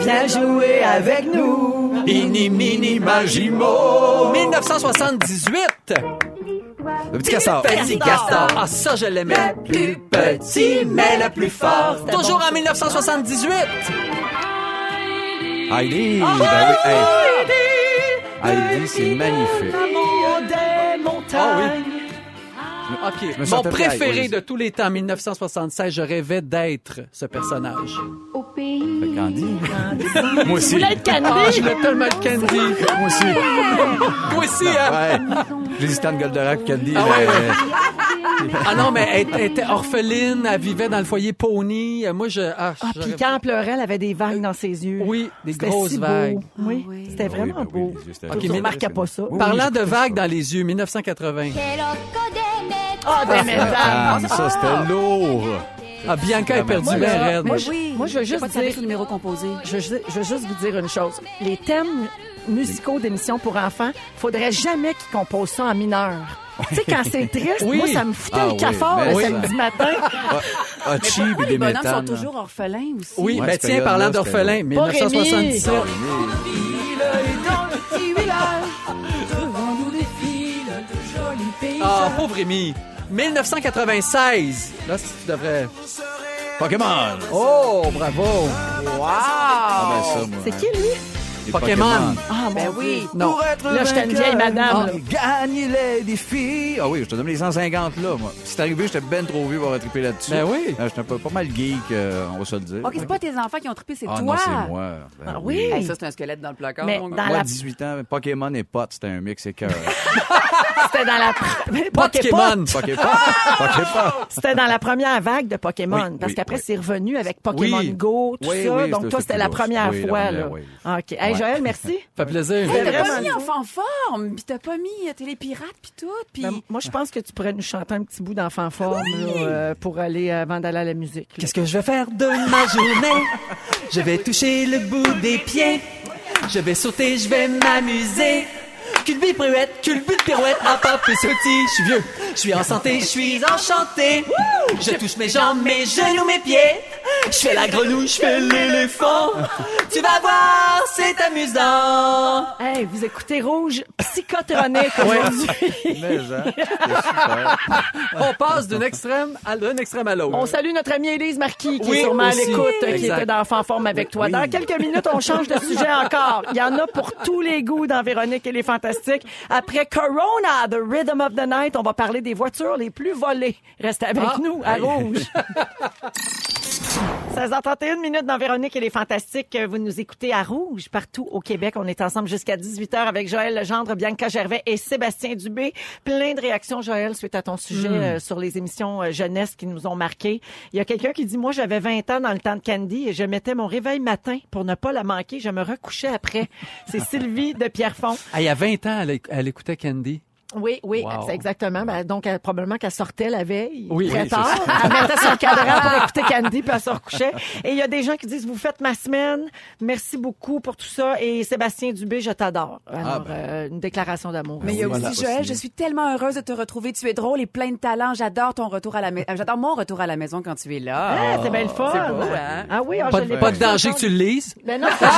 Viens jouer avec nous.
Inimini Magimo. 1978.
Le petit castor.
Petit castor. Ah, ça, je l'aimais. Le plus petit, mais le plus fort. Toujours en 1978.
Heidi! Ben oui, hey. Heidi, c'est magnifique.
Des
Ah
montagnes.
OK.
me
Mon
sentais prêt,
préféré
oui.
de tous les temps, 1976, je rêvais d'être ce personnage.
Au pays.
Fait Candy. Moi aussi.
Ah, je l'ai tellement de Candy.
Moi aussi.
Toi aussi, hein?
Ouais. J'hésitais entre Goldorak et Candy.
Ah
mais-
ouais. Ah non, mais elle, elle était orpheline, elle vivait dans le foyer Pony. Euh, Moi, je... Ah,
Ah,
je
puis quand elle pleurait, elle avait des vagues dans ses yeux.
Oui, des
C'était
grosses
si beau.
vagues.
Oui,
Ah oui.
c'était
Ah oui,
vraiment
ben oui,
beau.
les yeux, c'était
Ok,
un peu
mais
frais,
marquait
c'est
pas
bon.
ça.
Oui, oui,
Parlant de
j'écoutais
vagues
ça.
dans les yeux, 1980.
Ah, des métals.
Ah, mais ça, c'était lourd.
Ah, Bianca est perdue,
Moi,
bien
là,
raide.
moi,
Mais oui,
Moi, je veux
j'ai
juste
pas de tableau
dire-
sur numéro composé.
Je, veux ju- je veux juste vous dire une chose. Les thèmes musicaux d'émissions pour enfants, faudrait jamais qu'ils composent ça en mineur. tu sais, quand c'est triste,
Oui.
moi, ça me foutait
Ah
le
oui,
cafard
mais
le
oui.
samedi matin.
Ah, ah, cheap et
Les
des
bonhommes
méthanes.
sont toujours orphelins aussi.
Oui,
Ouais,
mais
cette
tiens,
période-là,
parlant
c'était
d'orphelin,
lourd.
Pas Rémi.
1977. Ah, pauvre Rémi. 1996. Là, si tu devrais.
Pokémon!
Oh, bravo.
Ah, ben ça, moi.
C'est qui, lui?
Les
Pokémon.
Ah,
Ben
mon
oui.
Non.
Là, j'étais une vieille madame. là.
Gagnez les défis! Ah oui, je te donne les 150 là, moi. Puis c'est arrivé, j'étais ben trop vieux pour avoir trippé là-dessus.
Ben oui.
Euh, j'étais un peu pas mal geek, euh, on va se le dire.
OK, c'est pas tes enfants qui ont trippé, c'est
ah
toi.
non, c'est moi. Ben
Ah oui.
Hey, ça, c'est un squelette dans le placard.
Mais
mon
dans
gars.
Moi,
la-
18 ans, Pokémon et potes, c'était un mix écœurant.
C'était dans la... pr-
Pokémon.
Pokémon! Pokémon!
C'était dans la première vague de Pokémon,
Oui,
parce
oui,
qu'après,
oui.
c'est revenu avec Pokémon
Oui.
Go, tout
Oui,
ça.
oui,
Donc,
c'était-
toi, c'était la
c'était
première
plus
fois.
gros.
là.
Oui, la
Ah, OK. Hey,
Ouais.
Joël, merci.
Fait plaisir.
C'est
Hey, t'as pas
vraiment
mis
le
enfant en forme, puis t'as pas mis euh, Télépirate, puis tout, puis...
Ben, moi, je pense que tu pourrais nous chanter un petit bout d'enfant forme là, euh, pour aller euh, avant d'aller à la musique. là.
Qu'est-ce que je vais faire de ma journée Je vais toucher le bout des pieds. Je vais sauter, je vais m'amuser. Culbute pirouette, culbute pirouette, Ah, hop hop et sautille. Je suis vieux, je suis en santé, je suis enchanté. Je touche mes jambes, mes genoux, mes pieds. Je fais la grenouille, je fais l'éléphant. Tu vas voir, c'est amusant.
Hey, vous écoutez Rouge Psychotronique aujourd'hui.
Mais, hein, c'est super.
On passe d'un extrême à d'un extrême à l'autre.
On salue notre amie Élise Marquis, qui
Oui,
est sûrement
aussi.
à l'écoute, euh, qui
Exact.
était dans Enfant Forme avec toi. Dans quelques minutes, on change de sujet encore. Il y en a pour tous les goûts dans Véronique et les Fantastiques. Après Corona, The Rhythm of the Night, on va parler des voitures les plus volées. Restez avec nous à Rouge. 16h31 minutes dans Véronique et les Fantastiques. Euh, Vous nous écoutez à Rouge, partout au Québec. On est ensemble jusqu'à 18h avec Joël Legendre, Bianca Gervais et Sébastien Dubé. Plein de réactions, Joël, suite à ton sujet euh, sur les émissions euh, jeunesse qui nous ont marqué. Il y a quelqu'un qui dit, moi, j'avais 20 ans dans le temps de Candy et je mettais mon réveil matin pour ne pas la manquer. Je me recouchais après. C'est Sylvie de Pierrefonds.
Ah, il y a 20 ans, elle, éc- elle écoutait Candy.
Oui, oui,
Wow.
c'est exactement. Ben, donc, elle- probablement qu'elle sortait la veille,
Oui,
très
oui,
tard. Elle mettait son cadran pour écouter Candy, puis elle se recouchait. Et il y a des gens qui disent, vous faites ma semaine, merci beaucoup pour tout ça. Et Sébastien Dubé, je t'adore. Alors,
ben.
euh, une déclaration d'amour.
Mais il y a aussi
Voilà.
Joël, je suis tellement heureuse de te retrouver. Tu es drôle et plein de talent. J'adore ton retour à la maison. J'adore mon retour à la maison quand tu es là.
Ah, c'est bien le fun.
C'est beau, hein?
Ah oui, ah,
Pas,
je l'ai
de-
pas
pas de
vu
danger
encore.
que tu le lises.
Ben non, c'est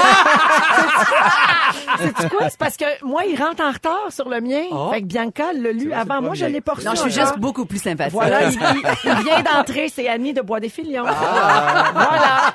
C'est quoi? C'est parce que moi, il rentre en retard sur le mien.
Ah.
Fait que Bianca l'a lu
vrai, c'est
avant.
le
Moi, je
premier.
l'ai pas reçu
Non, je suis
encore.
juste beaucoup plus sympathique.
Voilà, il, il- il vient d'entrer, c'est Annie de Bois des Filions.
Ah.
Voilà.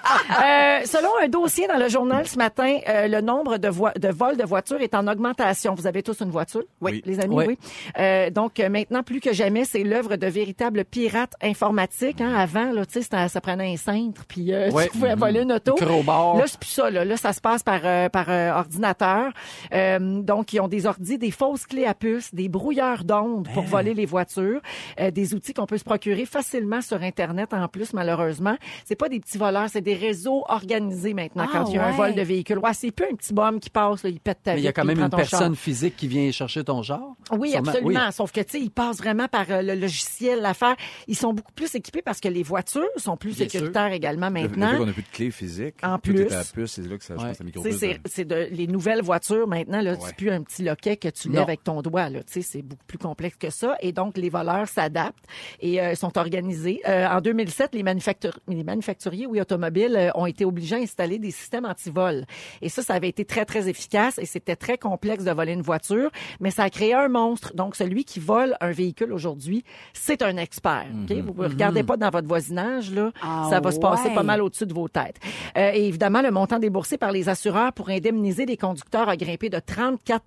Euh, selon un dossier dans le journal ce matin, euh, le nombre de, voi- de vols de voitures est en augmentation. Vous avez tous une voiture,
Oui.
les amis, oui.
Oui.
Euh, donc euh, maintenant plus que jamais, c'est l'œuvre de véritables pirates informatiques. Hein. Avant, là, tu sais, c'était- ça prenait un cintre, puis euh,
Ouais.
tu pouvais voler une auto.
Crowbar.
Là, c'est plus ça. Là, Là, ça se passe par, euh, par euh, ordinateur. Euh, donc, ils ont des ordi, des fausses clés à puce, des brouilleurs d'ondes
Hein?
pour voler les voitures, euh, des outils qu'on peut se procurer facilement sur Internet en plus, malheureusement. C'est pas des petits voleurs, c'est des réseaux organisés maintenant
Ah,
quand il y a un
ouais.
vol de véhicule. Ouais, c'est plus un petit bum qui passe, là, il pète ta
Mais il y a
vitre,
quand
puis
même une
prend ton char.
personne physique qui vient chercher ton genre.
Oui,
Sûrement,
absolument. Sauf que, tu sais, ils passent vraiment par euh, le logiciel, l'affaire. Ils sont beaucoup plus équipés parce que les voitures sont plus
Bien sûr.
sécuritaires également
Le- le fait
maintenant.
qu'on n'a plus de clé physique.
En
tout
plus.
est à la puce, c'est là que ça, je pense,
Ouais.
la
Tu sais,
micropuce.
c'est c'est de, les nouvelles voitures maintenant, là,
hein. Ouais.
c'est plus un petit loquet que tu lèves
Non.
avec ton doigt. Là, Tu sais, c'est beaucoup plus complexe que ça. Et donc, les voleurs s'adaptent et euh, sont organisés. Euh, en 2007, les, manufactur- les manufacturiers oui, automobiles euh, ont été obligés d'installer des systèmes anti-vol. Et ça, ça avait été très, très efficace et c'était très complexe de voler une voiture, mais ça a créé un monstre. Donc, celui qui vole un véhicule aujourd'hui, c'est un expert. ok? Vous ne regardez pas dans votre voisinage, là,
Ah
ça va se passer pas
ouais.
mal au-dessus de vos têtes. Euh, et évidemment, le montant déboursé par les assureurs pour indemniser les conducteurs a grimpé de 34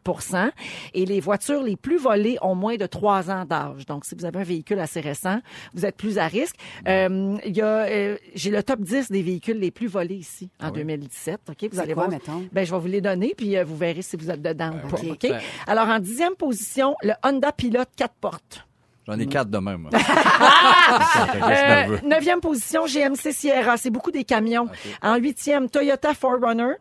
et les voitures les plus volées ont moins de trois ans d'âge. Donc, si vous avez un véhicule assez récent, vous êtes plus à risque. Euh, il y a, euh, J'ai le top 10 des véhicules les plus volés ici en 2017. OK, vous
Ah C'est
allez
quoi,
voir.
mettons? Ben
Ben, je vais vous les donner, puis euh, vous verrez si vous êtes dedans ou pas.
oui.
OK? Alors, en dixième position, le Honda Pilot 4 portes.
J'en ai quatre de même. moi.
Euh,
Je suis nerveux.
Neuvième position, GMC Sierra. C'est beaucoup des camions. En huitième, Toyota 4Runner.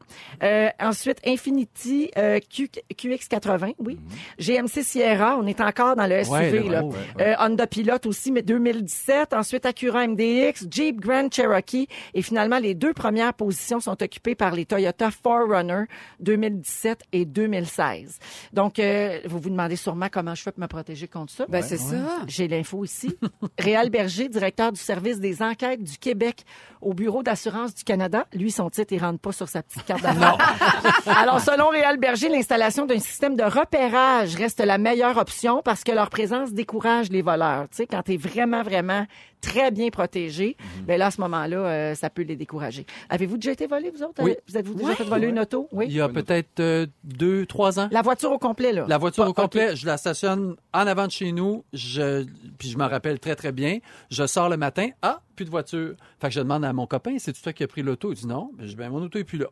Euh, ensuite, Infinity euh, Q- QX80, oui. GMC Sierra, on est encore dans le SUV.
le
là.
gros, Mhm. ouais,
Euh, Honda Pilot aussi, mais 2017. Ensuite, Acura MDX, Jeep Grand Cherokee. Et finalement, les deux premières positions sont occupées par les Toyota 4Runner 2017 et 2016. Donc, euh, vous vous demandez sûrement comment je fais pour me protéger contre ça.
Ben, c'est ça.
J'ai l'info ici. Réal Berger, directeur du service des enquêtes du Québec au Bureau d'assurance du Canada. Lui, son titre, il rentre pas sur sa petite carte d'affaires. Alors, selon Réal Berger, l'installation d'un système de repérage reste la meilleure option parce que leur présence décourage les voleurs. Tu sais, quand t'es vraiment, vraiment très bien protégé,
Mhm.
ben là, à ce moment-là, euh, ça peut les décourager. Avez-vous déjà été volé, vous autres?
Oui.
Vous êtes-vous déjà fait voler une auto?
Il
Oui.
y a peut-être euh, deux, trois ans.
La Ah, voiture au complet, là.
La voiture
Pas-
au complet, je la stationne en avant de chez nous, je, puis je m'en rappelle très, très bien. Je sors le matin, ah, plus de voiture. Fait que je demande à mon copain, c'est-tu toi qui as pris l'auto? Il dit non. Ben, je dis, ben, mon auto est plus là.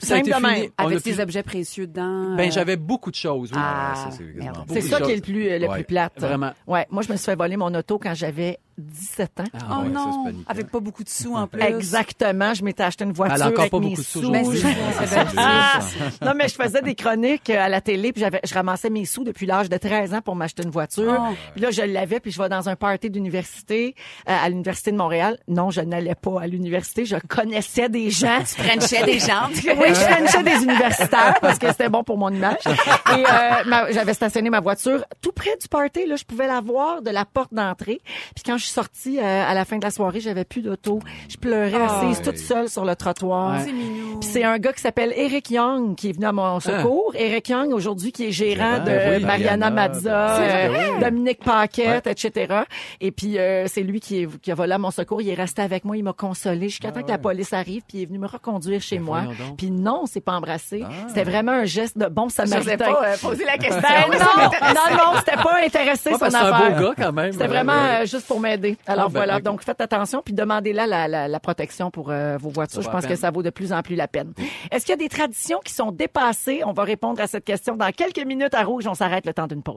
Ça a
Simple
été
de
fini.
même.
On
Avec
a plus-
ses objets précieux dedans. euh,
Ben, j'avais beaucoup de choses, oui.
Ah,
ça, c'est quasiment
merde.
beaucoup
C'est
de
ça
choses.
qui est le plus, le
Ouais.
plus plate.
Vraiment.
Ouais. Moi, je me suis fait voler mon auto quand j'avais 17 ans.
Ah,
Oh
Ah ouais, ça, c'est
non!
paniquant.
Avec pas beaucoup de sous en plus.
Exactement, je m'étais acheté une voiture
Elle a encore
avec
pas
mes
beaucoup de sous
sous.
aujourd'hui.
Ben, c'est ça.
C'est dur,
Ah!
ça.
non, mais je faisais des chroniques euh, à la télé, puis j'avais, je ramassais mes sous depuis l'âge de 13 ans pour m'acheter une voiture.
Oh.
Puis là, je l'avais, puis je vais dans un party d'université euh, à l'Université de Montréal. Non, je n'allais pas à l'université, je connaissais des gens.
Frenchais des gens.
Oui, je frenchais des universitaires parce que c'était bon pour mon image. Et euh, ma- j'avais stationné ma voiture tout près du party. Là, je pouvais la voir de la porte d'entrée. Puis quand je suis sortie euh, à la fin de la soirée, j'avais plus d'auto. Je pleurais
Ah.
assise toute seule sur le trottoir.
C'est mignou.
Puis c'est un gars qui s'appelle Eric Young qui est venu à mon secours. Eric Young, aujourd'hui, qui est gérant
Ah. Gérant,
de
ben oui,
Mariana
Mariana,
Mazza,
ben
euh,
oui. C'est vrai.
Dominique Paquette, etc. Et puis, euh, c'est lui qui, est, qui a volé à mon secours. Il est resté avec moi. Il m'a consolé jusqu'à temps que la police arrive. Puis, il est venu me reconduire chez moi.
Ah Ben voyons donc. Ah.
Puis non, c'est pas embrassé. C'était vraiment un geste de bon
Je sais
samaritain.
pas euh, poser la question.
Ben non, non, non, c'était pas intéressé,
Ouais,
son
parce que c'est
affaire.
un beau gars quand même.
C'était
Ouais,
vraiment
ouais.
euh, juste pour m'aider. Alors
Ah, ben,
voilà,
ok.
donc faites attention puis demandez-la la, la- la protection pour euh, vos voitures. Je
vaut
pense
la
que
peine.
ça vaut de plus en plus la peine. Est-ce qu'il y a des traditions qui sont dépassées? On va répondre à cette question dans quelques minutes à Rouge. On s'arrête le temps d'une pause.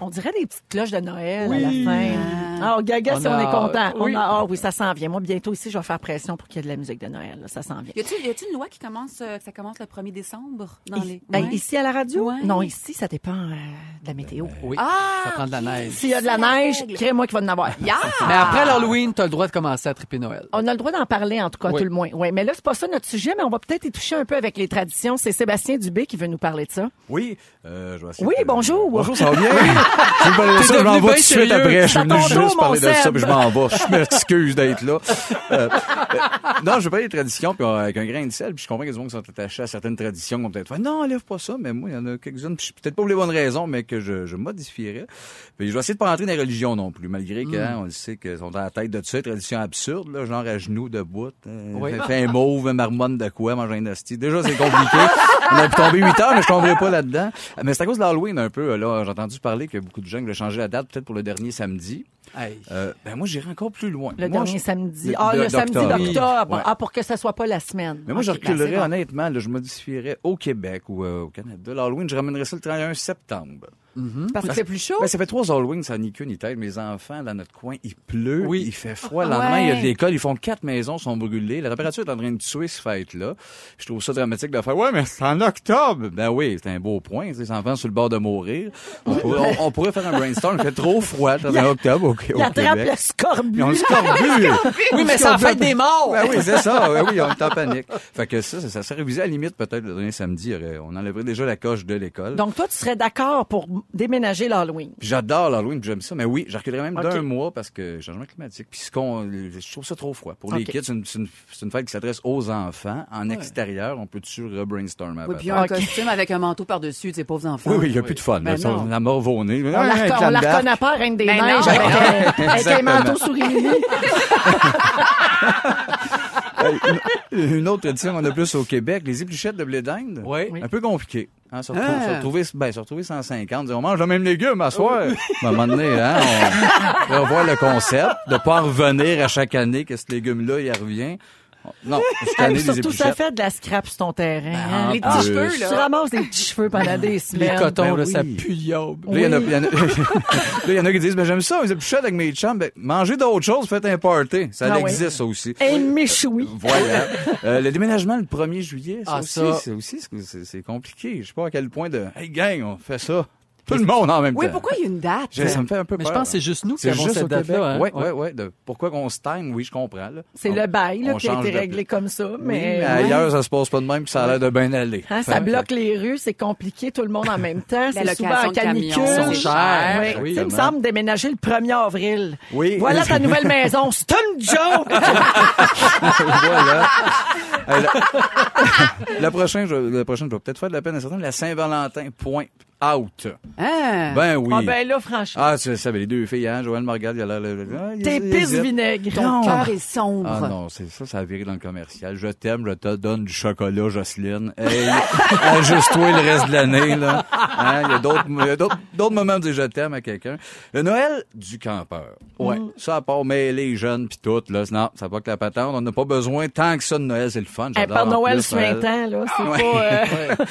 On dirait des petites cloches de Noël à la fin. Ah, oh, gaga,
On
si on
a- euh,
est content.
oui.
On a- ah oui, ça s'en vient. Moi, bientôt ici, je vais faire pression pour qu'il y ait de la musique de Noël. là. Ça s'en vient.
Y a-tu y a-tu une loi qui commence, euh, que ça commence le 1er décembre dans les.
Ici- ben,
Ouais.
Ici, à la radio?
Ouais.
Non, ici, ça dépend euh, de la météo.
Oui,
euh,
Ah,
ça prend de la neige.
S'il y a de la
C'est la
neige,
règle.
crée-moi qu'il va en avoir.
Yeah!
Mais après l'Halloween, t'as le droit de commencer à triper Noël.
On a le droit d'en parler, en tout cas,
Oui.
tout le moins. Oui, mais là, c'est pas ça notre sujet, mais on va peut-être y toucher un peu avec les traditions. C'est Sébastien Dubé qui veut nous parler de ça.
Oui, euh, je vais essayer
Oui,
de-
bonjour.
Bonjour, ça va bien? je vais parler de
T'es
ça, je
devenu
m'en vais
bien
tout de suite
sérieux.
après. Je suis
C'est à
venu
ton tour,
juste
mon
parler de ça,
Seb.
puis je m'en vais. Je m'excuse d'être là. Euh, euh, non, je vais parler des traditions, puis euh, avec un grain de sel, puis je comprends qu'il y a des gens qui sont attachés à certaines traditions, qui vont peut-être faire, non, enlève pas ça, mais moi, il y en a quelques-unes, puis je- peut-être pas pour les bonnes raisons, mais que je, je modifierais. Puis je vais essayer de pas rentrer dans les religions non plus, malgré
Hmm.
qu'on le sait qu'ils sont à la tête de tout ça, des traditions absurdes, là, genre à genoux, debout, euh,
Oui.
fait- fait un mauve, un marmonne de quoi, manger un hostie. Déjà, c'est compliqué. On a pu tomber 8 heures, mais je tomberai pas là-dedans. Mais c'est à cause de l'Halloween un peu, là. J'ai entendu parler que beaucoup de gens voulaient changer la date, peut-être pour le dernier samedi.
Hey.
Euh, ben moi, j'irai encore plus loin.
Le
Moi,
dernier
je-
samedi.
Le-
Ah,
de-
le samedi
d'octobre.
d'octobre.
Ouais.
Ah, pour que ça soit pas la semaine.
Mais moi, je
Ok, ben,
reculerais
c'est bon.
honnêtement, là, je modifierais au Québec ou euh, au Canada. L'Halloween, je ramènerais ça le 31 septembre.
Parce que c'est plus chaud.
Ben, ça fait trois Halloween, ça ni queue ni tête. Mes enfants, dans notre coin, il pleut,
Oui.
il fait froid. Le
Ah,
lendemain, il y a de l'école, ils font quatre maisons, sont brûlées. La température est en train de tuer cette fête-là. Je trouve ça dramatique de faire, ouais, mais c'est en octobre. Ben oui, c'est un beau point. Les enfants sont sur le bord de mourir. On, pourrait, on- on pourrait faire un brainstorm. Il fait trop froid le 31 octobre au, au
Il attrape
Québec.
le scorbut.
Ils ont le scorbut.
Oui, mais
ça
ça fait des morts!
Ben oui, c'est ça. Ben oui, on est en panique. Fait que ça, ça, ça serait révisé à la limite peut-être le dernier samedi. il y aurait- On enlèverait déjà la coche de l'école.
Donc, toi, tu serais d'accord pour déménager l'Halloween.
Puis J'adore l'Halloween, puis j'aime ça, mais oui, je reculerais même
Ok.
d'un mois parce que changement climatique. Puis ce qu'on, euh, je trouve ça trop froid. Pour les
Ok.
kids, c'est une, c'est une- c'est une fête qui s'adresse aux enfants. En extérieur, on peut-tu re-brainstorm avant?
Oui, puis un
Ok.
costume avec un manteau par-dessus, tu sais, pauvres enfants.
oui, oui, il n'y a plus de fun. là.
Ben
Ça,
non.
on la mort au nez.
On la,
Ouais,
reco- on
Jeanne
la
d'Arc.
reconnaît pas, Reine des
Ben
Neiges,
non.
avec, euh, avec un
Exactement.
manteau sur
Une une autre tradition qu'on a plus au Québec, les épluchettes de blé d'Inde.
Oui. Oui.
Un peu compliqué. Hein, se, retrouver,
Ah.
se, retrouver, ben, se retrouver 150, dire, on mange le même légume à soir. À un moment donné, hein, on, on revoit le concept de pas en revenir à chaque année que ce légume-là, il revient. Non, cette
Ah, puis
année, les
surtout, ça
épluchettes.
fait de la scrap sur ton terrain. hein.
en
Les
plus.
petits cheveux, là. Tu ramasses des petits cheveux pendant des
Les
semaines.
cotons,
ben
là, ça
oui.
pue l'aube.
Là, il y en a- il y en a- là, il y en a qui disent, ben, j'aime ça, les épluchettes avec mes chums. Ben, mangez d'autres choses, faites un party. Ça
Ah oui.
existe, ça aussi.
Et méchoui.
Voilà. Euh, le déménagement le 1er juillet, ça
Ah,
aussi,
ça.
c'est aussi c'est- c'est c'est compliqué. Je sais pas à quel point de Hey gang, on fait ça. Tout le monde en même
Oui,
temps.
pourquoi il y a une date?
Je- ça me fait un peu
Mais je
peur. hein.
pense que c'est juste nous qui
C'est
avons
juste
cette
au Québec.
date-là. hein.
Ouais, ouais, ouais, de- pourquoi qu'on se time, oui, je comprends. là.
C'est
On-
le bail là,
on
qui a
change
été
de-
réglé comme ça,
Oui, mais
mais
ailleurs, ça se passe pas de même, puis ça a l'air de bien aller.
Hein,
Fait
ça
que-
bloque les rues, c'est compliqué, tout le monde en même temps. C'est
location
souvent en
de camions,
canicule.
c'est
cher.
Ouais.
Oui,
Tu sais, il me
tellement.
semble déménager le 1er avril.
Oui.
Voilà ta nouvelle maison. C'est une joke!
voilà. Euh, la... la prochaine, je, la prochaine, je vais peut-être faire de la peine à certains, la Saint-Valentin, point out.
Hein?
Ben oui.
Ah ben là, franchement,
Ah, tu savais, les deux filles, hein, Joël Morgade, il a l'air... le- Ah, il-
t'es
il- il-
pisse
il-
vinaigre.
Ton
Non.
cœur est sombre.
Ah non, c'est ça, ça a viré dans le commercial. Je t'aime, je te donne du chocolat, Jocelyne. Hey, ajuste-toi le reste de l'année, là. Hein, Il y a d'autres- il y a d'autres d'autres moments de dire je t'aime à quelqu'un. Le Noël du campeur. Ouais. Ça, à part mêler les jeunes pis tout, là, non, ça pas que la patente. On n'a pas besoin tant que ça de Noël, c'est le fun.
Hey,
J'adore
par
en
Noël,
plus, Ah,
sur un temps, là, c'est
Ouais.
pas... euh,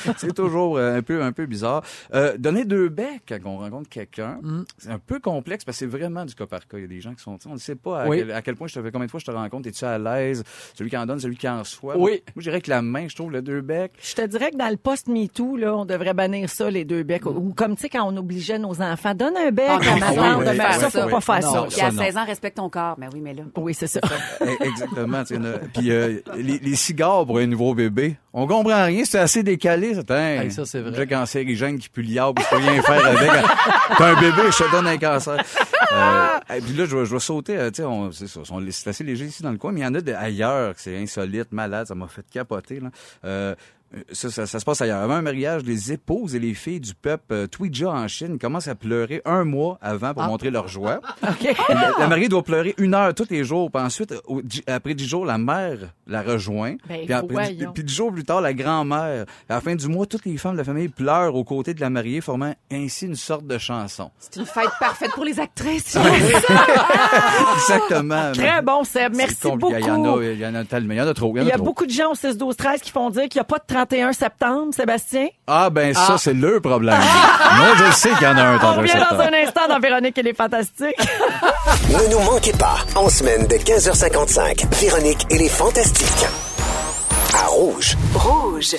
Ouais. C'est toujours euh, un peu un peu bizarre. Euh, donner deux becs quand on rencontre quelqu'un,
Mm.
c'est un peu complexe parce que c'est vraiment du cas par cas. Il y a des gens qui sont, tu sais, on ne sait pas à,
Oui.
quel, à quel point je te fais combien de fois je te rencontre, es-tu à l'aise, celui qui en donne, celui qui en reçoit.
Oui.
Moi, je dirais que la main, je trouve le deux becs.
Je te dirais que dans le post-MeToo, là, on devrait bannir ça, les deux becs. Ou comme, tu sais, quand on obligeait nos enfants, donne un bec
Ah,
à ma tante,
non, Mm. oui,
de
oui,
ma-
oui,
ça, faut
oui.
pas faire
Non,
ça.
Puis Ah, à
ça, non.
16 ans, respecte ton corps. Mais oui, mais là.
Oui, c'est ça.
Eh, Exactement. tu sais, il y en a- Puis euh, les, les cigares pour un nouveau bébé, on comprend rien, c'est assez hein. décalé. C'est un
Hey, ça, c'est vrai.
J'ai cancérigène qui pue liable, je peux rien faire avec. T'as un bébé, je te donne un cancer. Euh, et puis là, je vais, je vais sauter. euh, tu sais, on- c'est ça, on- c'est assez léger ici dans le coin, mais il y en a de- ailleurs, que c'est insolite, malade, ça m'a fait capoter. Là. Euh, ça, ça, ça se passe ailleurs. Avant un mariage, les épouses et les filles du peuple euh, Twija en Chine commencent à pleurer un mois avant
Ah.
pour montrer leur joie.
Ah!
La, la mariée doit pleurer une heure tous les jours. Puis ensuite, au- dix- après dix jours, la mère la rejoint.
Ben,
puis, après, dix-
voyons.
puis dix jours plus tard, la grand-mère. À la fin du mois, toutes les femmes de la famille pleurent aux côtés de la mariée, formant ainsi une sorte de chanson.
C'est une fête parfaite pour les actrices.
Ah!
Exactement.
Très bon, Seb.
C'est
Merci
compli- Il y en
beaucoup.
a, il y en a tellement. Il y en a trop. Il y en
Il y a
trop.
beaucoup de gens au 6, 12, 13 qui font dire qu'il n'y a pas de 31 septembre, Sébastien.
Ah, ben, ça, c'est le problème. Moi, je le sais qu'il y en a un.
On
dans un
revient dans
certain.
un instant dans Véronique et les Fantastiques.
Ne nous manquez pas, en semaine de 15h55, Véronique et les Fantastiques. À Rouge.
Rouge.